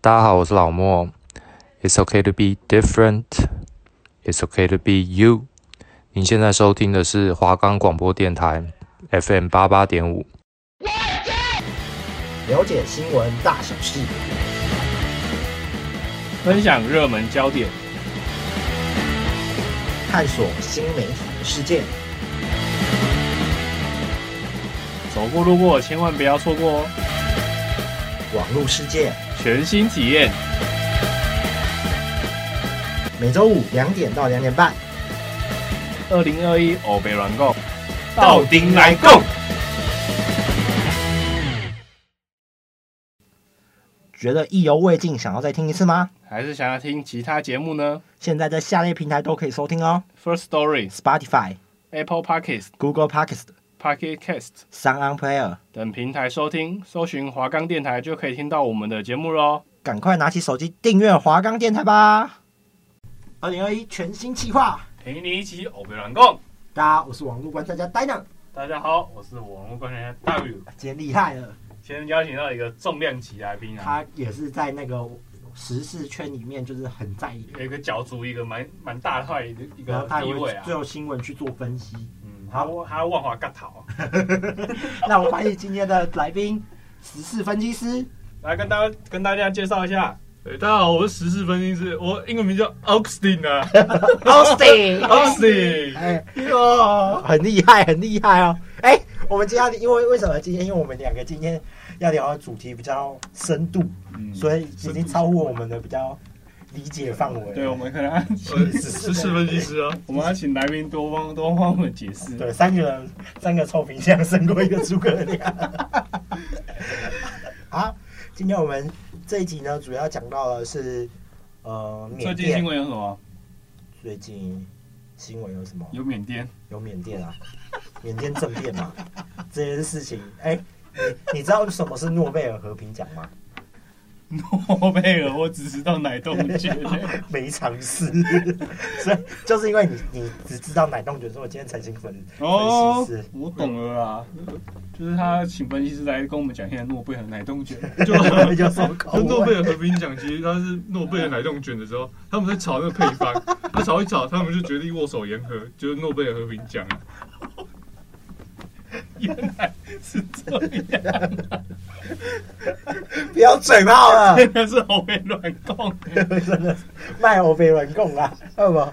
大家好，我是老莫。It's okay to be different. It's okay to be you. 您现在收听的是华冈广播电台 FM 八八点五。了解新闻大小事，分享热门焦点，探索新媒体的世界。走过路过千万不要错过哦！网络世界，全新体验，每周五两点到两点半，二零二一欧北软购，到顶来购。觉得意犹未尽，想要再听一次吗？还是想要听其他节目呢现在在下列平台都可以收听哦？First Story、 ：Spotify、 Apple Podcasts、 Google Podcast、 Pocket Cast Sound On Player。等平台收听，搜寻华冈电台就可以听到我们的节目喽！赶快拿起手机订阅华冈电台吧！二零二一全新企划，陪你一起欧北软购。大家好，我是网络观察家 d 娜，大家好，我是网络观察家 W，今天厉害了，今天邀请到一个重量级来宾啊，他也是在那个时事圈里面就是很在意有一个角逐一个蛮蛮大块的一然个后他地也位会啊最，后新闻去做分析。嗯，他他万华尬逃， 那我欢迎今天的来宾，时事分析师。来跟大家跟大家介绍一下。对，大家好，我是时事分析师，我英文名叫 Austin 啊 Austin， ，Austin。哎哟，很厉害，很厉害哦！哎，我们今天因为为什么今天？因为我们两个今天要聊的主题比较深度，嗯所以已经超乎我们的比较理解范围。对，我们可能要我是时事分析师啊，我们要请来宾多帮多帮我们解释。对，三个人，三个臭皮匠胜过一个诸葛 亮。好，今天我们这一集呢，主要讲到的是呃，最缅近新甸闻有什么？最近新闻有什么？有缅甸， 有缅甸啊，缅甸政变嘛，这件事情，哎、你你知道什么是诺贝尔和平奖吗？诺贝尔，我只知道奶冻卷。没尝试， 所以就是因为你你只知道奶冻卷，所以我今天才兴奋。哦是是，我懂了啊，就是他请分析师来跟我们讲一下诺贝尔奶冻卷。就就有什么口跟诺贝味？尔和平奖，其实它是诺贝尔奶冻卷的时候，他们在炒那个配 方，他炒一炒，他们就决定握手言和，就是诺贝尔和平奖啊。原来是这样，不要嘴炮了。原来是欧美软供。 真的是卖欧非软供啦，好不好？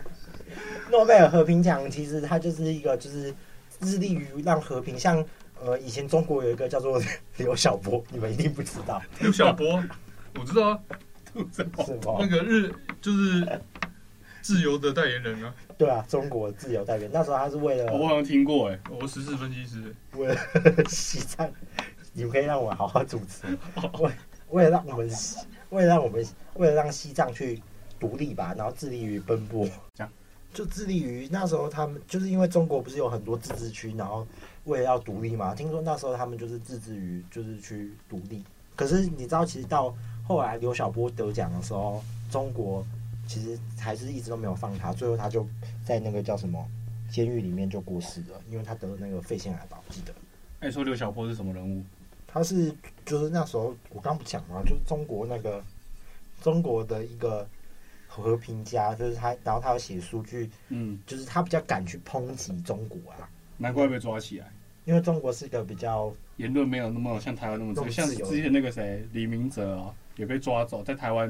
诺贝尔和平奖其实它就是一个就是致力于让和平，像呃以前中国有一个叫做刘晓波，你们一定不知道刘晓波，我知道啊，是吗那？个日就是自由的代言人啊，对啊，中国自由代表，那时候他是为我了好像听过哎，我时事分析师，为了西藏，你们可以让我好好主持，为为了让我们为了让我们为了让西藏去独立吧，然后致力于奔波这样，就致力于那时候他们就是因为中国不是有很多自治区，然后为了要独立嘛，听说那时候他们就是自治于就是去独立。可是你知道，其实到后来刘晓波得奖的时候，中国其实还是一直都没有放他，最后他就在那个叫什么监狱里面就过世了，因为他得了那个肺腺癌吧，我记得。哎，说刘晓波是什么人物？他是就是那时候我刚不讲嘛，就是中国那个中国的一个和平家，就是他，然后他有写书去，嗯，就是他比较敢去抨击中国啊，难怪被抓起来。因为中国是一个比较言论没有那么像台湾那么自那由，么像自由之前那个谁李明哲啊，也被抓走，在台湾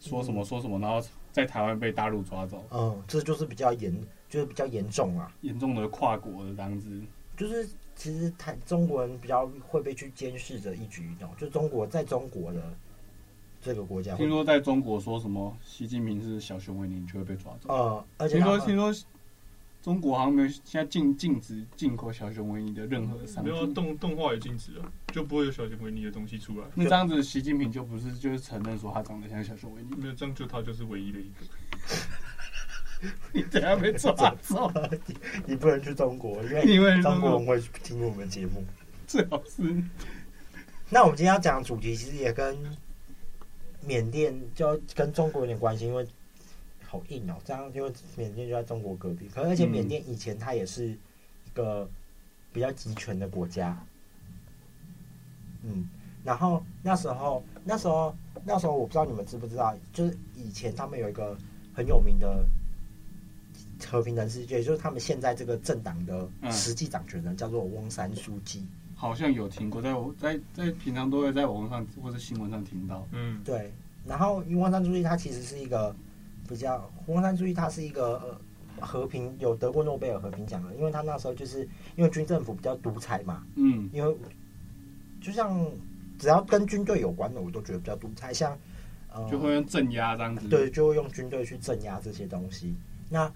说什么说什么，然后在台湾被大陆抓走，嗯，这就是比较严，就是比较严重啊，严重的跨国的这样子。就是其实台中国人比较会被去监视着一举一动，就中国在中国的这个国家会听，说在中国说什么习近平是小熊维尼，你就会被抓走。呃，而且听他说们听说中国好像没有现在禁禁止进口小熊维尼的任何商没有啊品。动动画也禁止了，就不会有小熊维尼的东西出来。那这样子，习近平就不是就是承认说他长得像小熊维尼， 没有，这样就他就是唯一的一个。你等下被抓走，你不能去中国，因为因为中哎国人会听我们节目。 最好是那我们今天要讲的主题其实也跟缅甸就跟中国有点关系，因为好硬哦，这样因为缅甸就在中国隔壁，可而且嗯缅甸以前它也是一个比较集权的国家，嗯，然后那时候那时候那时候我不知道你们知不知道，就是以前他们有一个很有名的和平人世界，就是他们现在这个政党的嗯实际掌权人叫做翁山书记。好像有听过，在我在在平常都会在网络上或者新闻上听到。嗯，对，然后因为翁山书记他其实是一个比较，翁山书记他是一个、呃、和平有得过诺贝尔和平奖的，因为他那时候就是因为军政府比较独裁嘛，嗯因为就像只要跟军队有关的，我都觉得比较独裁，像呃，就会用镇压这样子。对，就会用军队去镇压这些东西。那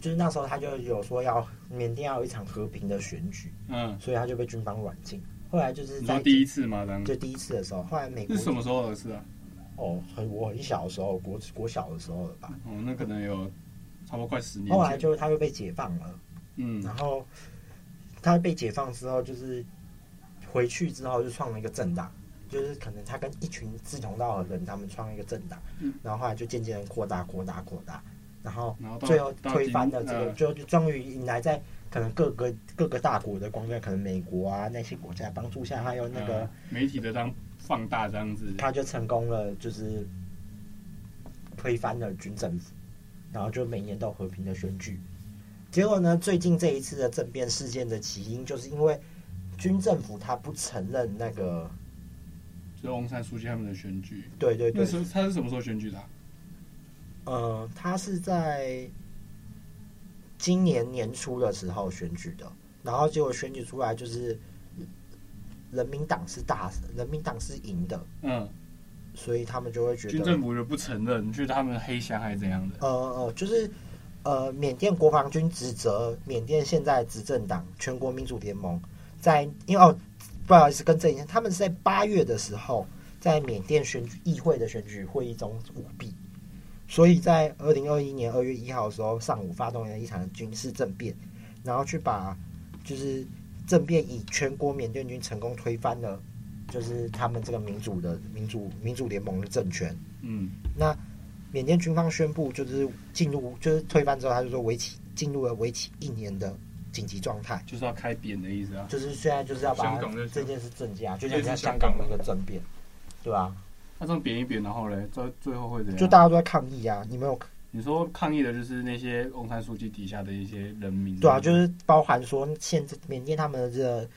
就是那时候他就有说要缅甸要有一场和平的选举，嗯，所以他就被军方软禁。后来就是你说在第一次吗？这样就第一次的时候，后来美国是什么时候的事啊？哦，很我很小的时候，国国小的时候了吧。哦，那可能有差不多快十年后来前。就是啊他又被解放了，嗯然后他被解放之后，就是回去之后就创了一个政党，就是可能他跟一群志同道合的人，他们创了一个政党嗯，然后后来就渐渐地扩大、扩大、扩大，然后然后到最后到推翻了今呃这个，就就终于迎来在可能各个各个大国的光在可能美国啊那些国家帮助下，还有那个呃媒体的这样放大这样子。他就成功了，就是推翻了军政府，然后就每年都和平的选举。结果呢，最近这一次的政变事件的起因，就是因为军政府他不承认那个，就是翁山书记他们的选举，对对那对，时候他是什么时候选举的啊、呃，他是在今年年初的时候选举的，然后结果选举出来就是人民党是大，人民党是赢的，嗯，所以他们就会觉军得政府就不承认，觉得他们黑箱还是怎样的。呃呃，就是呃，缅甸国防军指责缅甸现在执政党全国民主联盟在，因为哦，不好意思，跟正一下，他们是在八月的时候在缅甸选举议会的选举会议中舞弊，所以在二零二一年二月一号的时候上午发动了一场军事政变，然后去把就是政变以全国缅甸军成功推翻了，就是他们这个民主的民主民主联盟的政权。嗯，缅甸军方宣布，就是进入，就是推翻之后，他就说为期进入了为期一年的紧急状态，就是要开扁的意思啊。就是现在就是要把香港那这件事镇压，就像类似像香香港港那个政变，对吧、他这样扁一扁，然后嘞，最最后会怎样？就大家都在抗议啊，你没有你说抗议的就是那些翁山书记底下的一些人民。对啊，就是包含说现在缅甸他们的这个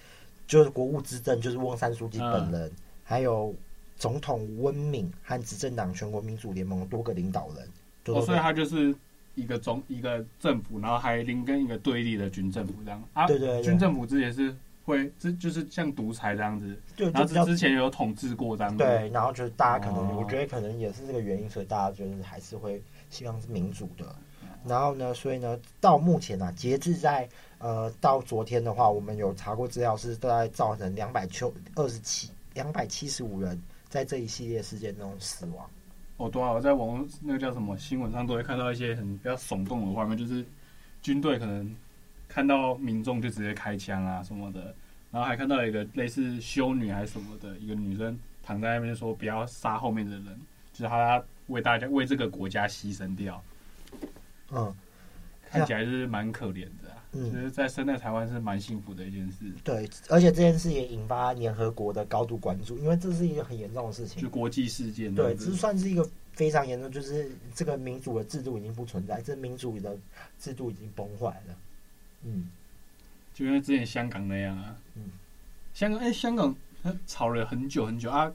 就是国务资政就是翁山书记本人，还有总统温敏和执政党全国民主联盟多个领导人，就哦，都所以他就是一个总一个政府，然后还另跟一个对立的军政府这样啊。对对对军政府之前是会，这就是像独裁这样子，就然就后比较之之前有统治过这样子。对，然后就是大家可能，嗯哦我觉得可能也是这个原因，所以大家就是还是会希望是民主的。然后呢，所以呢，到目前啊，截至在呃到昨天的话，我们有查过资料，是大概造成两百九二十七两百七十五人在这一系列事件中死亡。哦，对啊，我在网那个叫什么新闻上都会看到一些很比较耸动的画面，就是军队可能看到民众就直接开枪啊什么的，然后还看到一个类似修女还是什么的一个女生躺在那边说不要杀后面的人，就是她为大家为这个国家牺牲掉，嗯，看起来就是蛮可怜的嗯啊。其实，在生在台湾是蛮幸福的一件事，对，而且这件事也引发联合国的高度关注，因为这是一个很严重的事就情。国际事件这对，样这子。算是一个非常严重，就是这个民主的制度已经不存在，这民主的制度已经崩坏了。嗯。就因为之前香港那样啊。嗯香港哎、香港他吵了很久很久啊，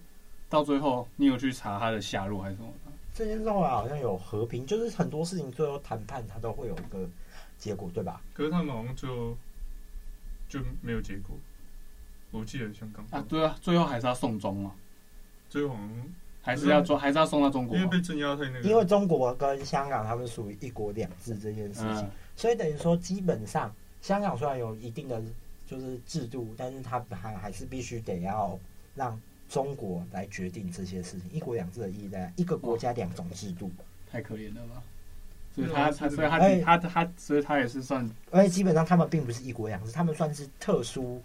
到最后你有去查他的下落还是什么吗？这件事后来好像有和平，就是很多事情最后谈判它都会有一个结果，对吧？可是他们好像最后就没有结果，我记得香港啊，嗯对啊，最后还是要送终嘛，最后好像还是要抓，还是要送到中国因为嘛。被镇压太那个，啊因为中国跟香港他们属于一国两制这件事情，嗯，所以等于说基本上香港虽然有一定的就是制度，但是它还还是必须得要让中国来决定这些事情。一国两制的意义在一个国家两种制度，太可怜了吧。所以他他所以他哎他他所以他也是算而且基本上他们并不是一国两制，他们算是特殊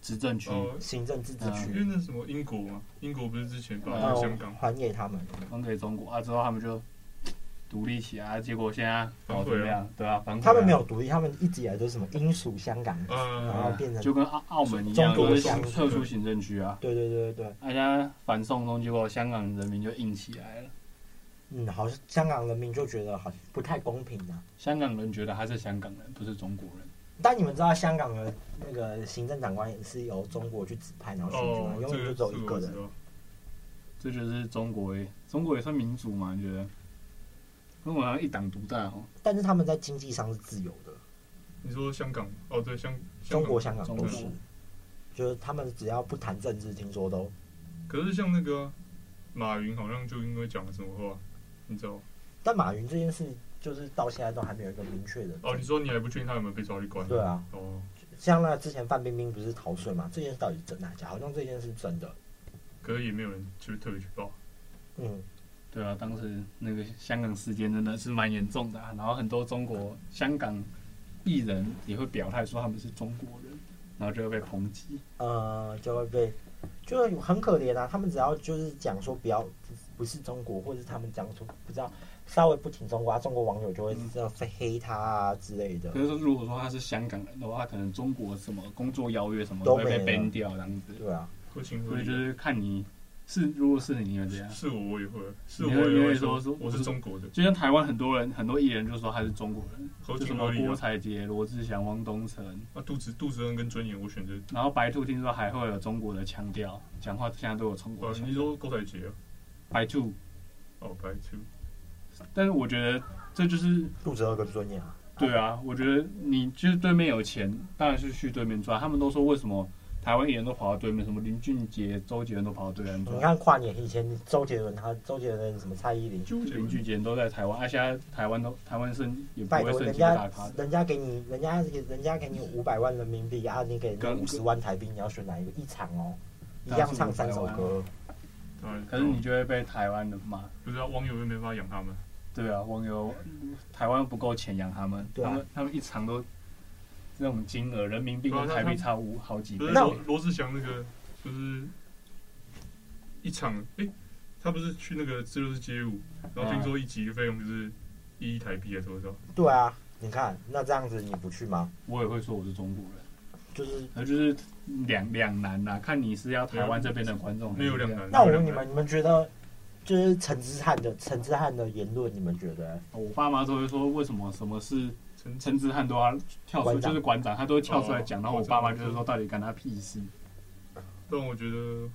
执政区，哦，行政自治因为区，那什么英啊国嘛，英国不是之前把嗯然后嗯香港啊还给他们。还给中国啊，之后他们就独立起来，结果现在搞怎么样，对吧、反悔啊他们没有独立，他们一直以来都是什么英属香港，呃，然后变成啊就跟澳澳门一样，中都国是香特殊行政区啊。对对对对对，大家反送中，结果香港人民就硬起来了。嗯，好像香港人民就觉得好像不太公平啊。香港人觉得他是香港人，不是中国人。但你们知道香港的那个行政长官也是由中国去指派，然后选举嘛哦，，永这远个就只有一个是人。我知道这就是中国诶，中国也算民主嘛？你觉得？中国好像一党独大哦。但是他们在经济上是自由的，你说香港？哦，对，香中国、香香港中都国是，就是他们只要不谈政治，听说都。港。可是像那个马云，好像就因为讲了什么话，你知道？但马云这件事，就是到现在都还没有一个明确的。哦，你说你还不确定他有没有被抓去关？对。啊，哦，像那之前范冰冰不是逃税嘛？这件事到底是真还是假？好像这件事是真的。可是也没有人去特别去报。嗯，对啊，当时那个香港事件真的是蛮严重的啊、然后很多中国香港艺人也会表态说他们是中国人，然后就会被抨击。呃，就会被，就是很可怜啊。他们只要就是讲说不要不不是中国，或者是他们讲说不知道稍微不挺中国，啊，中国网友就会这样黑他啊之类的可。是如果说他是香港人的话，可能中国什么工作邀约什么都会被都没了 ban 掉这样子。对啊，合情合所以理就。是看你是，如果是你，你会怎样？是我，我也会。是你我会也你会会说说我是中国的，就像台湾很多人，很多艺人就说他是中国人，合就什情么合理郭啊。采洁、罗志祥、汪东城，啊，肚子肚子恩跟尊严，我选择。然后白兔听说还会有中国的腔调，讲话现在都有中国呃，腔你。说郭采洁啊？白兔，哦，白痴。但是我觉得这就是肚子饿跟尊严啊。对啊，我觉得你就是对面有钱，当然是去对面赚。他们都说为什么台湾艺人都跑到对面，什么林俊杰、周杰伦都跑到对面你赚，看跨年以前，周杰伦他周杰伦什么蔡依林，纠结林俊杰都在台湾，啊，现在台湾都台湾剩也不拜会托剩人几个大家咖的。人家给你人家人家给你五百万人民币啊，你给跟五十万台币，你要选哪一个？一场哦，一样唱三首歌，当然可是你就会被台湾人骂。不知道网友又没办法养他们。对啊，网友台湾不够钱养他们，对啊他们他们一场都这种金额，人民币对啊跟他啊台币差五好几不倍是。那罗罗志祥那个，就是一场诶，他不是去那个自由式街舞，然后听说一集的费用就是一亿台币还是多少？哦对啊，你看那这样子你不去吗？我也会说我是中国人，就是那就是两两难啦、看你是要台湾这边的观众，没有两难。那我没有问两你难，们，你们觉得就是陈之汉的陈之汉的言论，你们觉得？我爸妈都会说，为什么什么是陈陈之汉都要跳出，馆就长是馆长，他都会跳出来讲。哦然后我我知爸道妈就是说，到底干他屁事？但我觉得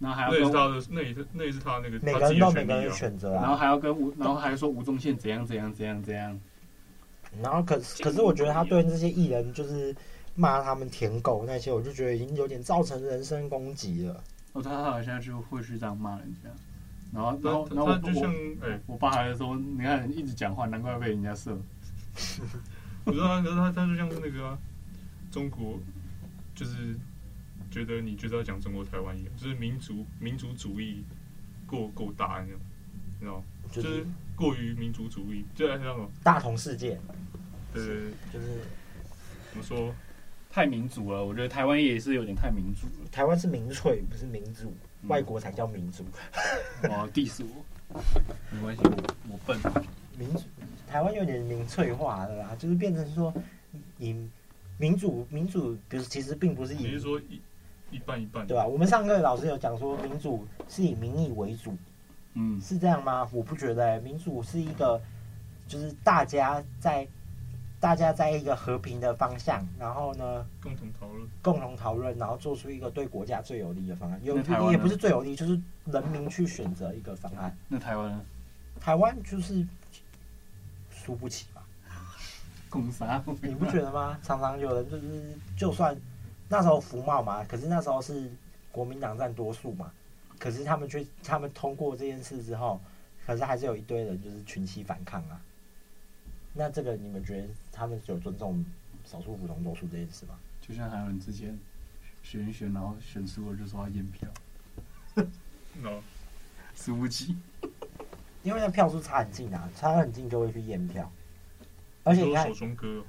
然后还要那也是啊跟他的，那也是那也是他那个每他个自人己都的有每权个人利的啊。选择然后啊。还要跟吴，然后还说吴宗宪怎样怎样怎样怎样。然后可可是我觉得他对这些艺人就是骂他们舔狗那些，我就觉得已经有点造成人身攻击了。哦，他好像就会去这样骂人家。然后，然后，然后他他我就像哎，我爸还说，你看一直讲话，难怪被人家射。我知道啊，可是他他就像是那个啊中国，就是觉得你就是要讲中国台湾一样，就是民族民族主义过够大那种，你知道吗？就就是是过于民族主义，就还是那种大同世界，呃，就是怎么说？太民主了，我觉得台湾也是有点太民主了。台湾是民粹，不是民主，嗯外国才叫民主。哦，diss 我，没关系，我我笨。民主，台湾有点民粹化了啦，就是变成说，以民主民主，不是其实并不是你以是说一一半一半？对吧、啊我们上课老师有讲说，民主是以民意为主，嗯，是这样吗？我不觉得、欸，民主是一个，就是大家在大家在一个和平的方向，然后呢，共同讨论。共同讨论，然后做出一个对国家最有利的方案，有那台湾呢也不是最有利，就是人民去选择一个方案。那台湾呢？台湾就是输不起吧？共啥？你不觉得吗？常常有人就是，就算那时候服贸嘛，可是那时候是国民党占多数嘛，可是他们却他们通过这件事之后，可是还是有一堆人就是群起反抗啊。那这个你们觉得他们有尊重少数服从多数这件事吗？就像还有人之前选一选，然后选输了就说要验票，那输不起。因为那票数差很近啊，差很近就会去验票，而且你你说看手中歌，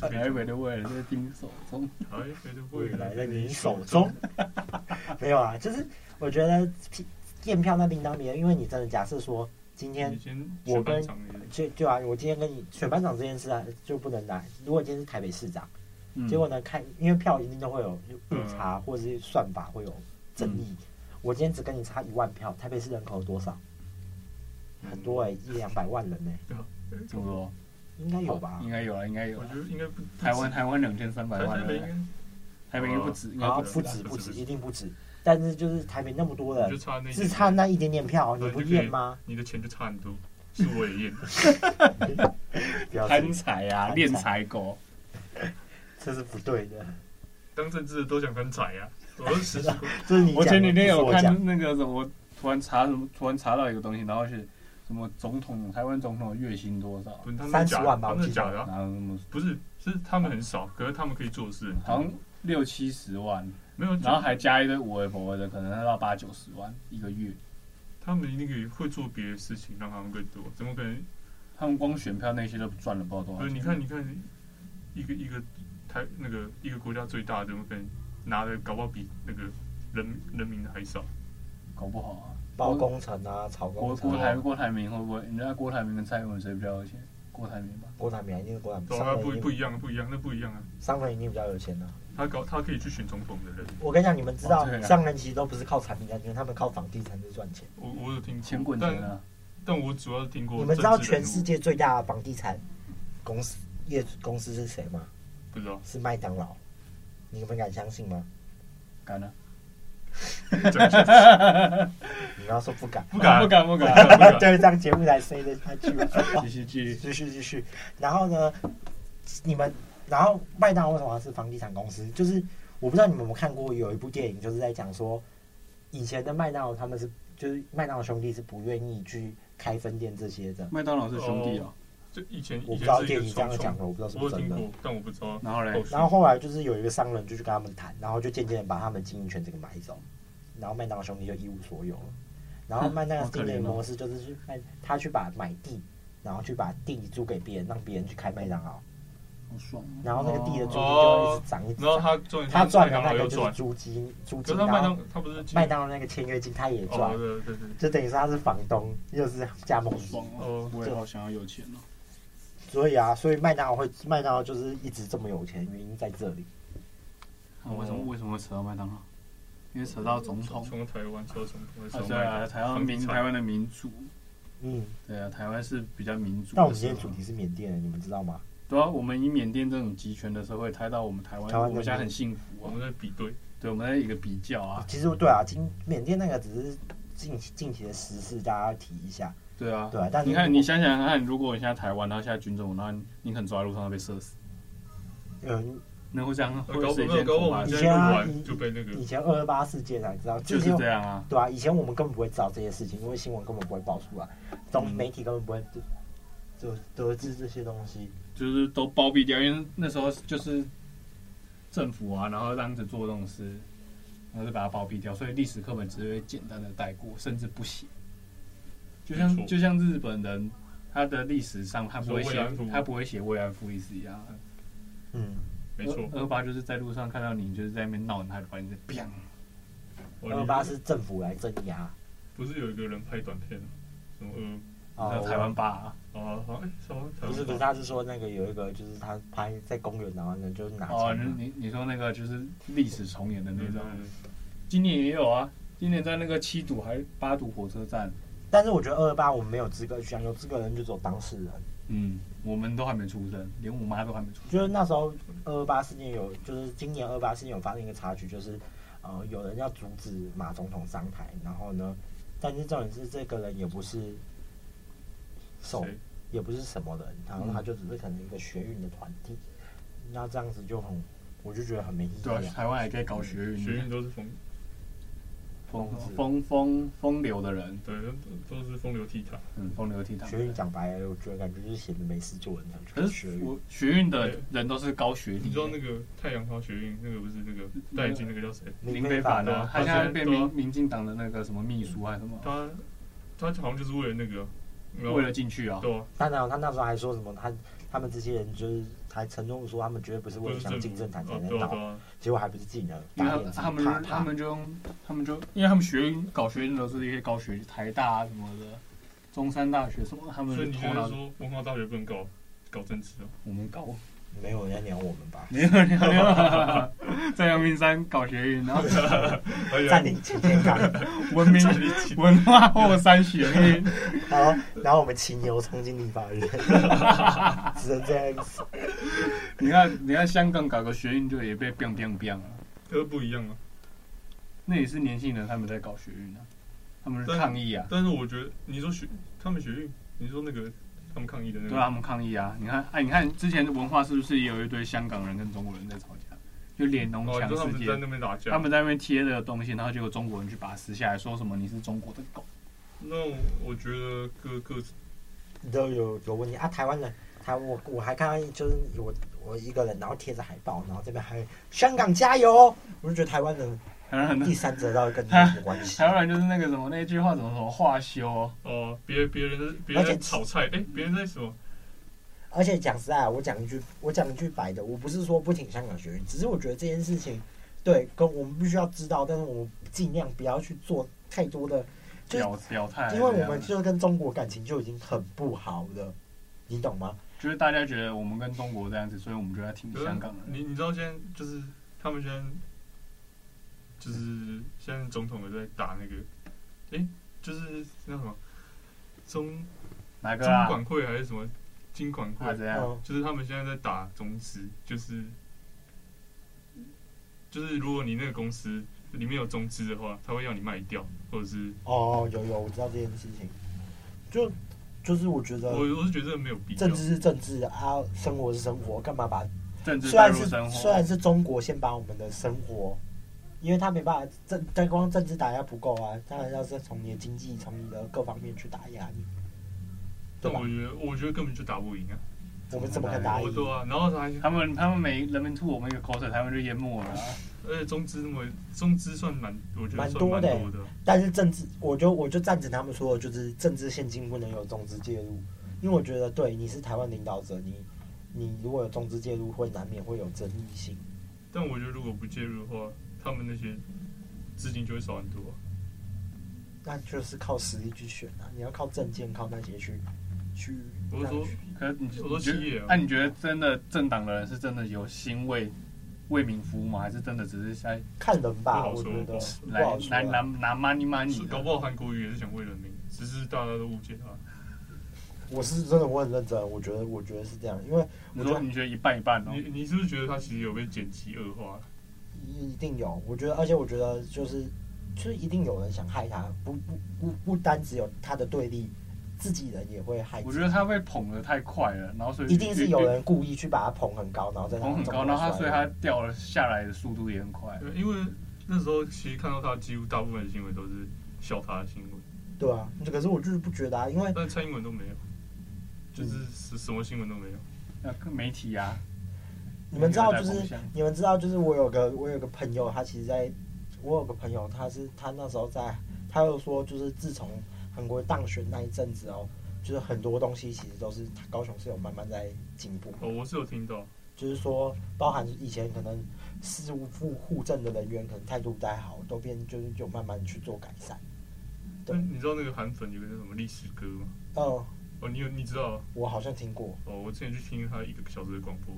哦啊台北的未来在盯手中。台北的未未来来在在你你手手中中。。 没有啊，就是我觉得验票那另当别论，因为你真的假设说今以天前我学班跟长也就就啊，我今天跟你选班长这件事啊，就不能来。如果今天是台北市长，嗯结果呢，看因为票一定都会有误差或者是算法会有争议。嗯我今天只跟你差一万票，台北市人口有多少？很多哎、一两百万人呢、这么多应该有吧应？该有了，啊应该有嗯我啦觉。得应该不台湾台湾两千三百台万台北人，应台北应该不止，应该然后不啊不止啦。止不不止止，不止一定不止。但是就是台北那么多该就人，差那一只点差那一点点票，对你不就可以验吗？你的钱就差很多，是我也验，不要贪这，财贪啊，财练财狗，这是不对的。 当政治的都想翻财啊，我都实习过，这是你我讲的前几天有不是我讲的看那个什么，突然查什么，突然查到一个东西，然后是什么总统台湾总统的月薪多少，不是他们30假的，万吧他我们记假得的啊，然后什么不是是他们很少，可是他们可以做事很多，好像六七十万，没有，然后还加一堆五位博的，可能到八九十万一个月。他们那个会做别的事情，让他们更多，怎么可能？他们光选票那些都赚了不知哦道多少不是钱。你看，你看，一个一个台那个一个国家最大，怎么可能拿的搞不好比那个人人民的还少？搞不好啊，包工程啊，炒郭工程郭啊，台郭台铭会不会？你知道郭台铭跟蔡英文谁比较有钱？郭台铭吧。郭台铭啊一定是郭台铭，对商啊，人不一定不一样，不一样，那不一样啊！商人一定比较有钱啊。他搞他可以去选总统的人，我跟你讲，你们知道哦对啊商人其实都不是靠产品赚钱，他们靠房地产在赚钱。我我有听过，钱滚钱但啊！但我主要是听过你政们治知人物。道全世界最大的房地产公司业公司是谁吗？不知道是麦当劳。你们敢相信吗？敢啊！ 讲一下你们要说不敢，不敢不敢 不敢！不 敢对，这样节目才塞得下去吗。继续继续。继续继续。然后呢，你们，然后麦当劳为什么是房地产公司？就是我不知道你们有没有看过有一部电影，就是在讲说以前的麦当劳他们是就是麦当劳兄弟是不愿意去开分店这些的。麦当劳是兄弟哦，就以前我以不知道前是一电个影这样双讲的，重，我不知道是我不有是真听的。过，但我不知道然后嘞后续。然后后来就是有一个商人就去跟他们谈，然后就渐渐地把他们经营权整个买走，然后麦当劳兄弟就一无所有了。然后麦当劳好可怜经营哦模式就是去卖，他去把买地，然后去把地租给别人，让别人去开麦当劳，好爽哦。然后那个地的租金就会一哦直涨一直然后涨。他赚，他赚的然后那又个就是赚，租金，租可金，是他麦然当后他不是麦当劳那个签约金他也哦赚，，对对对，就等于说他是房东，又是加盟好主爽。哦哦！我也好想要有钱哦。所以啊，所以麦当劳会麦当劳就是一直这么有钱，原因在这里。那为什么为什么会扯到麦当劳？因为扯到总啊统。从台湾到总统，啊，对啊，台湾民台湾的民主，嗯，对啊，台湾是比较民主的社会。那我们今天主题是缅甸，你们知道吗？对啊，我们以缅甸这种集权的社会抬到我们台湾，台湾我的们现在很幸福我啊们。在比对，对，我们在一个比较啊，其实对啊，今缅甸那个只是近期近期的时事，大家提一下，对啊。对啊。但是你看，你想想看，如果你现在台湾，然后现在军政，然后你可能走在路上会被射死，嗯，那会这样，搞会不有谁好先搞不头好我吧们以现？在前啊录完以就被那个以前二二八事件啊，你知道，就是些这样啊。对啊，以前我们根本不会知道这些事情，因为新闻根本不会爆出来，东嗯媒体根本不会得得得知这些东西。就是都包庇掉，因为那时候就是政府啊，然后这样子做这种事，然后就把它包庇掉，所以历史课本只会简单的带过，甚至不写。就没像错就像日本人，他的历史上他不会说慰写安妇他不会写慰安妇意思一样的。嗯，没错，二二八就是在路上看到你就是在那边闹，他就把你的 biang，二二八是政府来镇压不是有一个人拍短片，什么嗯哦啊，台湾霸、啊，呃啊好像哎什么台不是不是，湾他是说那个有一个就是他拍在公园，然后呢就是拿哦，枪嘛你你你说那个就是历史重演的那种，啊嗯今年也有啊，今年在那个七堵还是八堵火车站，但是我觉得二二八我们没有资格去讲，有资格的人就只有当事人。嗯，我们都还没出生，连我妈都还没出生。就是那时候呃二二八事件有，就是今年二二八事件有发生一个插曲，就是呃有人要阻止马总统上台，然后呢，但是重点是这个人也不是手谁也不是什么人，然后嗯他就只是可能一个学运的团体，那这样子就很，我就觉得很没意义对啊，啊。台湾还可以搞学运，啊学运都是风，风子风风风流的人，对，都都是风流倜傥，嗯，风流倜傥。学运讲白了，我觉得感觉就是闲着没事做的那可种是学运。我学运的人都是高学历，你知道那个太阳花学运那个不是那个戴眼镜那个叫谁？林非凡对啊啊，他现在变对民啊民进党的那个什么秘书还是什么，他他好像就是为了那个，然后为了进去啊，对啊，他然后他那时候还说什么，他他们这些人就是还承诺说他们绝对不是为就了是想政进府政坛才啊，能对啊倒对，啊，结果还不是进了，因为打他脸自己他们怕就怕他。们就他们就因为他们学运搞学运的都是一些高学历台大啊什么的，中山大学什么，他们所以你觉头得脑说文化大学不能搞搞政 治啊？我们搞没有人家鸟我们吧？没有没有没有，在阳明山搞学运，然后哎占领擎天岗，文明文化后山学运，然后然后我们骑牛冲进立法 院，只能这样子。 你看你看香港搞个学运就也被 biang biang biang 了，这个不一样啊。那也是年轻人他们在搞学运啊，他们是抗议啊，但是我觉得你说学他们学运，你说那个他们抗议的那对啊，他个，们抗议啊，你看哎你看之前文化是不是也有一堆香港人跟中国人在吵架，就连农哦，墙你说他事们件在，那边打架，他们在那边贴的东西，然后结果中国人去把它撕下来，说什么你是中国的狗。 那我觉得各各都有有问题啊！台湾人，台我我还看到就是我我一个人，然后贴着海报，然后这边还有香港加油，我就觉得台湾人台湾第人，三者到底跟你 有什么关系台？湾人就是那个什么那句话怎么什么话修哦，哦，别别人在别人在炒菜，哎，别人在什么？而且讲实在的，我讲一句我讲一句白的，我不是说不挺香港学运，只是我觉得这件事情对跟我们必须要知道，但是我们尽量不要去做太多的，就是表表态这因样，为我们就是跟中国感情就已经很不好了，你懂吗？就是大家觉得我们跟中国这样子，所以我们就要挺香港人。啊你你知道现在就是他们现在就是现在总统也在打那个，哎，就是那什么中哪个中啊？管会还是什么金管啊会，怎样？嗯就是他们现在在打中资，就是就是如果你那个公司里面有中资的话，他会要你卖掉，或者是哦，有有，我知道这件事情，就就是我觉得我我是觉得这个没有必啊要政。治是政治啊，生活是生活，干嘛把政治虽带然入是生虽然活，是中国先把我们的生活，因为他没办法政，但光政治打压不够啊，当然要是从你的经济，从你的各方面去打压你，对但吧哎我？觉得我觉得根本就打不赢啊，我们怎么可能打赢我？对啊，然后还他们他们每人民吐我们一个口水，他们就淹没了啊、而且中资那么中资算蛮，我觉得蛮算多蛮的欸多的，啊但是政治，我就我就赞成他们说的，就是政治现金不能有中资介入，因为我觉得对你是台湾领导者，你你如果有中资介入，会难免会有争议性。但我觉得如果不介入的话，他们那些资金就会少很多啊、那就是靠实力去选啊！你要靠证件，靠那些去去。我是说可是你我说你觉企业得啊，那、你觉得真的政党的人是真的有心为为民服务吗？还是真的只是在看人吧，不好我说觉得不来好说来拿啊。拿 money 是 money？搞不好韩国瑜也是想为人民，只是大家都误解他。我是真的我很认真，啊我觉得我觉得是这样，因为你说你觉得一半一半哦？你你是不是觉得他其实有被剪辑恶化？一定有，我觉得，而且我觉得就是就是一定有人想害他，不不不不单只有他的对立，自己人也会害自己。我觉得他被捧得太快了，然后所以一定是有人故意去把他捧很高，然后再让捧很高，中国然后他摔所以他掉了下来的速度也很快。对，因为那时候其实看到他几乎大部分的新闻都是笑他的新闻，对啊，可是我就是不觉得啊，因为但蔡英文都没有，就是什什么新闻都没有。那个媒体啊，你们知道，就媒体是在捧香你们知道，就是我有个我有个朋友，他其实在，我有个朋友，他是他那时候在，他又说，就是自从韩国当选那一阵子哦，就是很多东西其实都是他高雄是有慢慢在进步，哦，我是有听到，就是说，包含以前可能事务部户政的人员可能态度不太好，都变就是有慢慢去做改善。对但你知道那个韩粉有个叫什么历史歌吗？嗯，哦，你有你知道啊？我好像听过，哦，我之前去听他一个小时的广播，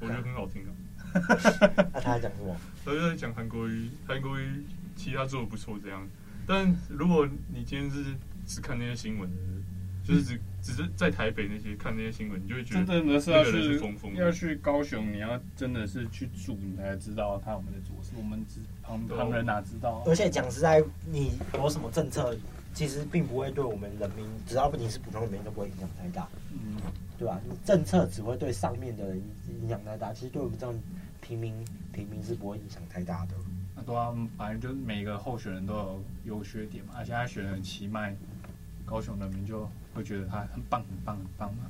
我觉得很好听啊。那啊他在讲什么？他就在讲韩国瑜，韩国瑜其实他做的不错这样。但如果你今天是只看那些新闻的人，就是只只是在台北那些看那些新闻，你就会觉嗯真得的呢是那要个人是去疯疯的要去高雄，你要真的是去住，你才知道他们在做事。我们只旁对啊旁人哪知道啊？而且讲实在，你有什么政策，其实并不会对我们人民，只要你是普通人民，都不会影响太大，嗯，对吧、你政策只会对上面的人影响太大，其实对我们这种平民平民是不会影响太大的。那对啊，反正就是每个候选人都有优缺点嘛。而且他选的很奇迈，高雄人民就会觉得他很棒很棒很棒嘛，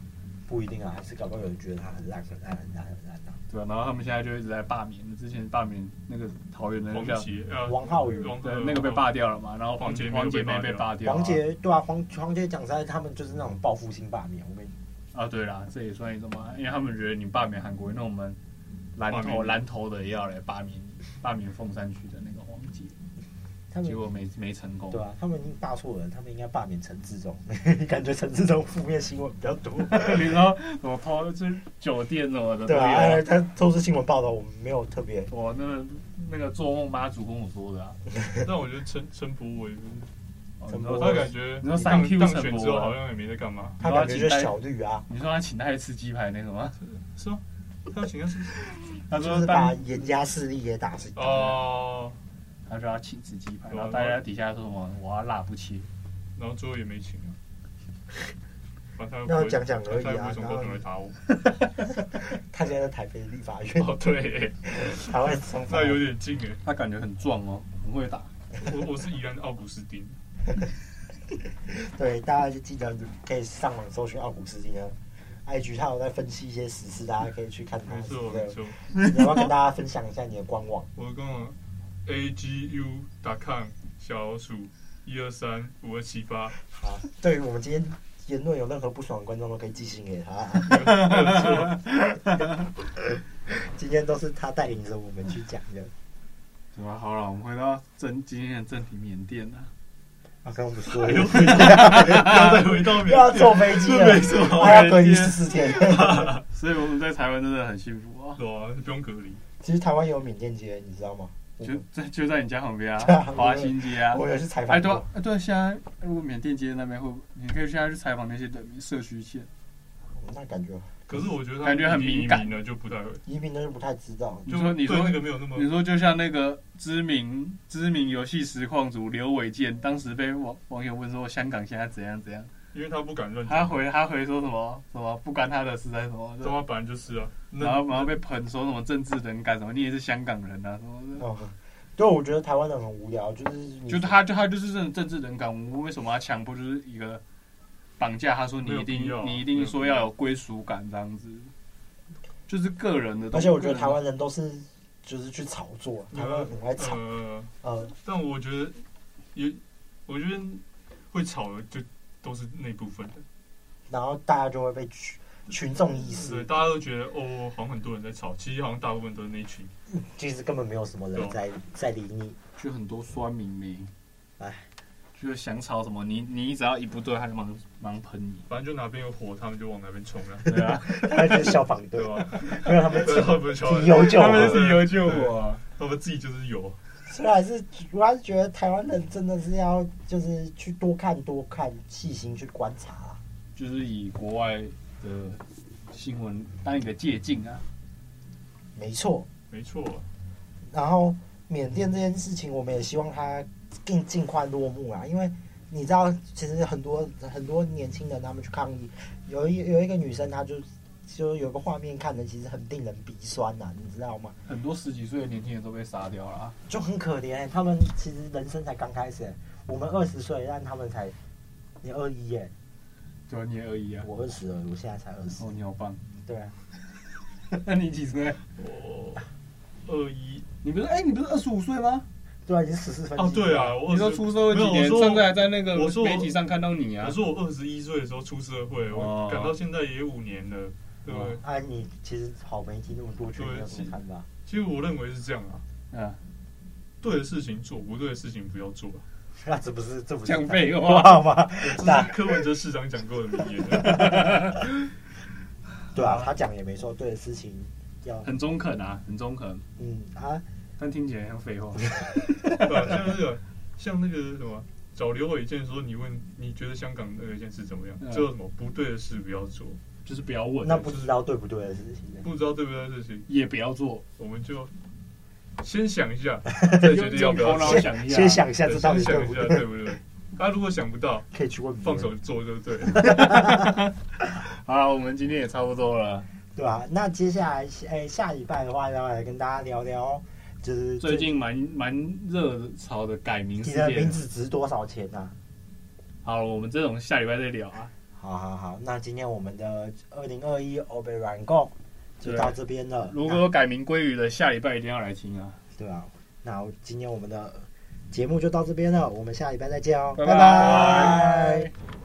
不一定啊，还是搞不好有人觉得他很烂，很烂，很烂，很烂啊。对吧、然后他们现在就一直在罢免，之前罢免那个桃园的那王个叫杰啊，王浩宇王对那个被罢掉了嘛，然后黄杰妹黄姐又被妹罢被掉罢掉啊，黄杰对啊，黄黄杰讲实在，他们就是那种报复性罢免，我跟你啊，对啦，这也算一种嘛，因为他们觉得你罢免韩国瑜，那我们蓝罢免头你蓝头的也要来罢免你，罢免凤山区的那个黄杰，他结们果没没成功。对啊，他们已经罢黜人，他们应该罢免陈志忠。 感觉陈志忠负面新闻比较多， 啊你说我抛就是酒店什么的都对有啊，啊。哎他都是新闻报道，我们没有特别。我那个那个做梦吧主跟我说的啊，但我觉得陈陈柏伟，哦陈你柏说伟他感觉你说当 3Q 当陈选柏之后惟好像也没在干嘛，他感觉就是小绿啊，你说他请他去吃鸡排那什么？是吗？他请他是他就说是把大，严家势力给打死。哦，他说他请吃鸡排，对啊然后大家底下说什么我要辣不切，然后最后也没请啊。 反正他又不那会，讲讲而已他又不啊会，从然高后雄来打我。他现在在台北立法院，哦，对，台湾双方 那有点近哎。他感觉很壮哦，很会打。我我是宜兰的奥古斯丁，对，大家就记得可以上网搜寻奥古斯丁啊，IG 他有在分析一些时事，大家可以去看他没的。错没对错。 你要不要跟大家分享一下你的官网？我跟我 a g u com 小老鼠一二三五二七八，好，啊对于我们今天言论有任何不爽的观众都可以寄信给他。 今天都是他带领着我们去讲的。对吧？好了，我们回到正今天的正题，缅甸啊，啊，刚刚不哎说了，要再回到又缅要甸，坐飞机了，没错还要隔离十四天。 所以我们在台湾真的很幸福啊，对啊，不用隔离。其实台湾也有缅甸街，你知道吗？就在就在你 家旁边对啊啊，华新街啊。我有去采哎访对啊过，哎对啊，现在如果缅甸街那边会，你可以现在去采访那些人民社区线，嗯那感觉可是我觉得他感觉很敏感移民了就不太会，移民的就不太知道。你就说你说嗯对那个没有那么你说就像那个知名知名游戏实况主刘伟健，当时被网网友问说香港现在怎样怎样，因为他不敢认。他回他回说什么什么不干他的事还是什么，他妈本来就是啊，那然后然后被喷说什么政治人感什么，你也是香港人啊什么的，哦，对，我觉得台湾人很无聊，就是嗯你就他就他就是这种政治人感，我们为什么要强迫就是一个绑架他说你一没有必要定你一定说要有归属感这样子，就是个人的东而西，且我觉得个人的台湾人都是就是去炒作，台湾人很爱嗯炒，呃，呃，但我觉得也，我觉得会吵的就都是那部分的，嗯然后大家就会被群群众意对，识，大家都觉得哦，好像很多人在吵，其实好像大部分都是那一群。其实根本没有什么人在在理你。就很多酸民民，哎，就是想吵什么，你你只要一不对，他就忙忙喷你，反正就哪边有火，他们就往哪边冲了，对啊，他就是消防队对，吧？没有他们 对，他们不是提小孩油救他火们们是是有有啊 救我啊我，他们自己就是有，虽然是我还是觉得台湾人真的是要就是去多看多看，细心去观察啦。就是以国外的新闻当一个借鉴啊，没错，没错。啊然后缅甸这件事情，我们也希望它更尽快落幕啊啦，因为你知道，其实很多很多年轻人他们去抗议，有一有一个女生，她就就有个画面看的，其实很令人鼻酸呐、你知道吗？很多十几岁的年轻人都被杀掉了啊，就很可怜、他们其实人生才刚开始、我们二十岁，但他们才你二一耶，就你也而已啊，我二十了，我现在才二十哦，，你好棒， 对啊，那你几岁？我二一你不是哎、你不是二十五岁吗？对啊，已经十四分哦，对啊，，我你说20出社会几没年？有我说上次还在那个我说我媒体上看到你啊我，说我二十一岁的时候出社会，哦我赶到现在也五年了，对不对？啊，你其实好媒体那么多，觉得你有什么看法？其实我认为是这样啊，嗯，对的事情做，不对的事情不要做啊。那这不是这不是讲废话，话吗？这那是柯文哲市长讲过的名言。啊对啊，他讲也没错，对的事情要很中肯啊，很中肯，嗯啊，但听起来像 废话。 对吧？像那个，像那个什么，找刘伟健说，你问你觉得香港那个一件事怎么样？嗯这有什么不对的事不要做，就是不要问，那不知道对不对的事情呢，不知道对不对的事情，也不要做，我们就先想 一下，再决定要不要用头脑做。想一下先想一下对这到先底想对一不下对，对不对？他如果想不到，可以去问别人放手做就对了。好啦，我们今天也差不多了。对吧、那接下来哎下礼拜的话，要来跟大家聊聊，就是最近蛮蛮热潮的改名事你的名件。字值多少钱啊呢、好，我们这种下礼拜再聊啊。好好好，那今天我们的二零二一欧北软购就到这边了，如果那有改名归于的，下礼拜一定要来听啊。对吧、那今天我们的节目就到这边了，我们下礼拜再见哦，拜拜拜